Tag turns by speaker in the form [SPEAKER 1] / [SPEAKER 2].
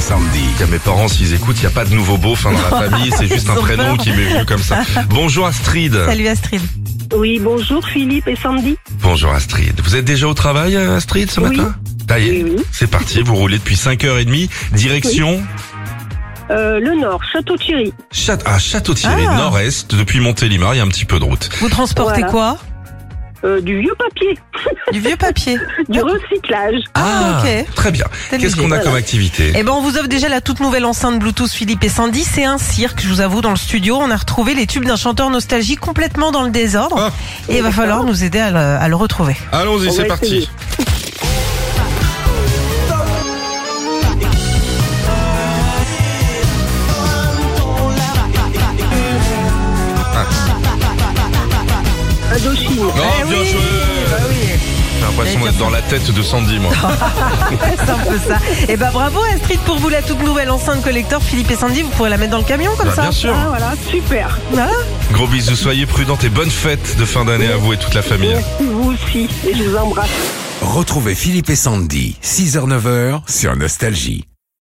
[SPEAKER 1] Sandy.
[SPEAKER 2] Il y a mes parents, s'ils écoutent, il n'y a pas de nouveau beau fin dans la famille, c'est juste un
[SPEAKER 3] Ils ont
[SPEAKER 2] prénom
[SPEAKER 3] peur.
[SPEAKER 2] qui m'est venu comme ça. Bonjour Astrid.
[SPEAKER 3] Salut Astrid.
[SPEAKER 4] Oui, bonjour Philippe et Sandy.
[SPEAKER 2] Bonjour Astrid. Vous êtes déjà au travail euh, Astrid ce
[SPEAKER 4] Oui.
[SPEAKER 2] matin Ça y est,
[SPEAKER 4] Oui, oui.
[SPEAKER 2] c'est parti, vous roulez depuis 5h30, direction
[SPEAKER 4] Euh, le Nord, Château-Thierry.
[SPEAKER 2] Châte- ah, Château-Thierry,
[SPEAKER 3] Ah.
[SPEAKER 2] nord-est, depuis Montélimar, il y a un petit peu de route.
[SPEAKER 3] Vous transportez
[SPEAKER 4] Voilà.
[SPEAKER 3] quoi
[SPEAKER 4] Euh, du vieux papier,
[SPEAKER 3] Du vieux papier.
[SPEAKER 4] du recyclage.
[SPEAKER 3] Ah, ok.
[SPEAKER 2] très bien.
[SPEAKER 3] C'est
[SPEAKER 2] Qu'est-ce
[SPEAKER 3] léger.
[SPEAKER 2] qu'on a
[SPEAKER 4] Voilà.
[SPEAKER 2] comme activité
[SPEAKER 3] Eh ben, on vous offre déjà la toute nouvelle enceinte Bluetooth Philippe et Sandy. C'est un cirque, je vous avoue, dans le studio. On a retrouvé les tubes d'un chanteur nostalgie complètement dans le désordre.
[SPEAKER 2] Ah.
[SPEAKER 3] Et il va falloir nous aider à le, à le retrouver.
[SPEAKER 2] Allons-y,
[SPEAKER 4] On
[SPEAKER 2] c'est
[SPEAKER 4] va
[SPEAKER 2] parti.
[SPEAKER 4] essayer. Indochine.
[SPEAKER 2] Oh,
[SPEAKER 3] Eh
[SPEAKER 2] bien joué
[SPEAKER 3] bah
[SPEAKER 2] J'ai l'impression d'être dans la tête de Sandy, moi.
[SPEAKER 3] C'est un peu ça. Eh ben, bravo Astrid pour vous la toute nouvelle enceinte collector Philippe et Sandy. Vous pourrez la mettre dans le camion comme
[SPEAKER 2] Bah,
[SPEAKER 3] ça. Hein
[SPEAKER 2] bien sûr.
[SPEAKER 4] Ah, voilà, super.
[SPEAKER 3] Voilà.
[SPEAKER 2] Gros bisous, soyez prudentes et bonnes fêtes de fin d'année à vous et toute la famille.
[SPEAKER 4] Merci vous aussi. Et je vous embrasse.
[SPEAKER 1] Retrouvez Philippe et Sandy, 6h-9h sur Nostalgie.